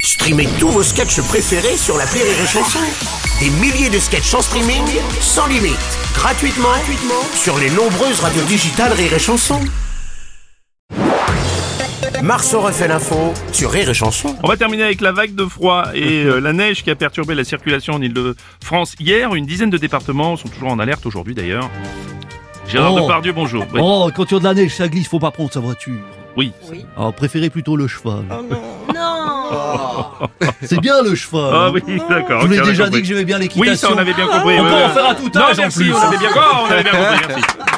Streamez tous vos sketchs préférés sur la Rire et Chanson. Des milliers de sketchs en streaming, sans limite, gratuitement, gratuitement sur les nombreuses radios digitales Rire et Chanson. Marceau refait l'info sur Rire et Chanson. On va terminer avec la vague de froid et euh, la neige qui a perturbé la circulation en Ile-de-France hier. Une dizaine de départements sont toujours en alerte aujourd'hui d'ailleurs. Gérard Oh. Depardieu, bonjour. Oui, Oh, quand il y a de la neige, ça glisse, faut pas prendre sa voiture. oui. Ah, préférez plutôt le cheval. Non C'est bien le cheval. Ah hein. oui, d'accord. Je vous ok, l'ai on a déjà dit compris. que j'aimais bien Oui, l'équitation. ça on avait bien compris. Ah, On oui, peut oui, en oui. faire à tout Non, âge en merci, plus. on avait bien, oh, on avait bien compris, merci.